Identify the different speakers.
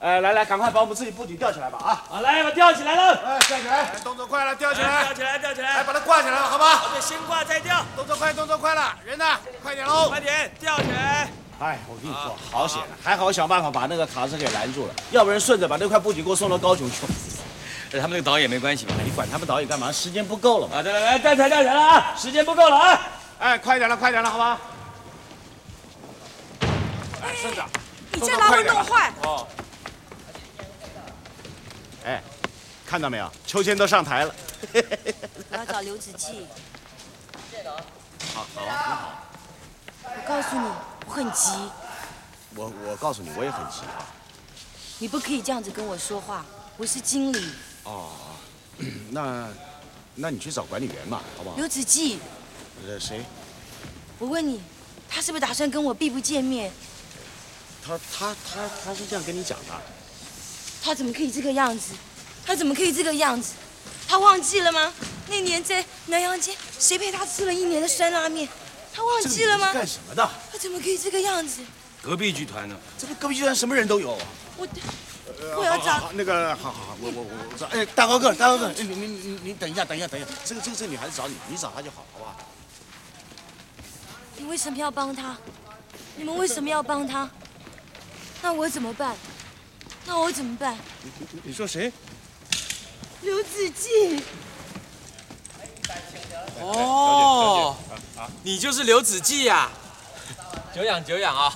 Speaker 1: 呃，来来，赶快把我们自己布景吊起来吧啊！
Speaker 2: 啊，来吧，吊起来了，
Speaker 1: 哎，吊起来，
Speaker 3: 动作快了，吊起
Speaker 2: 哎吊
Speaker 3: 来，
Speaker 2: 起来，吊起
Speaker 3: 来
Speaker 2: 来，
Speaker 3: 把它挂起来了，好吧？
Speaker 2: 对，先挂再吊，
Speaker 3: 动作快，动作快了，人呢？快点喽！
Speaker 2: 快点吊起来。
Speaker 1: 哎，我跟你说，好
Speaker 2: 啊
Speaker 1: 险，哎还好我想办法把那个卡车给拦住了，要不然顺着把那块布景给我送到高雄去。 哎
Speaker 2: 他们那个导演没关系吧？
Speaker 1: 你管他们导演干嘛？时间不够了嘛。
Speaker 2: 啊，对，来来，吊起来，吊起来了啊，时间不够了啊。
Speaker 3: 哎，快点了，快点了，好吧？哎，顺着。
Speaker 4: 你这拉会弄坏。
Speaker 1: 哎，看到没有？秋千都上台了。
Speaker 4: 我要找刘子骥。好，好，我告诉你，我很急，
Speaker 1: 我我告诉你，我也很急。
Speaker 4: 你不可以这样子跟我说话。我是经理
Speaker 1: 那，那你去找管理员嘛，好不好？
Speaker 4: 刘子骥，
Speaker 1: 呃，谁？
Speaker 4: 我问你，他是不是打算跟我避不见面？
Speaker 1: 他他他他是这样跟你讲的。
Speaker 4: 他怎么可以这个样子？他怎么可以这个样子？他忘记了吗？那年在南阳街，谁陪他吃了一年的酸辣面？他忘记了吗
Speaker 1: 这个？你是干什么的？
Speaker 4: 他怎么可以这个样子？
Speaker 2: 隔壁剧团呢？
Speaker 1: 这不隔壁居然什么人都有。
Speaker 4: 我，我要找
Speaker 1: 呃好，那个，好好好，我我我我找。哎，大高个，大高个，哎你你你你等一下，等一下，等一下，这个这个这个女孩子找你，你找她就好，好不好？
Speaker 4: 你为什么要帮他？你们为什么要帮他？那我怎么办？那我怎么办？
Speaker 1: 你说谁？
Speaker 4: 刘子骥，
Speaker 1: 哎
Speaker 2: 哦，你就是刘子骥呀、久仰久仰啊！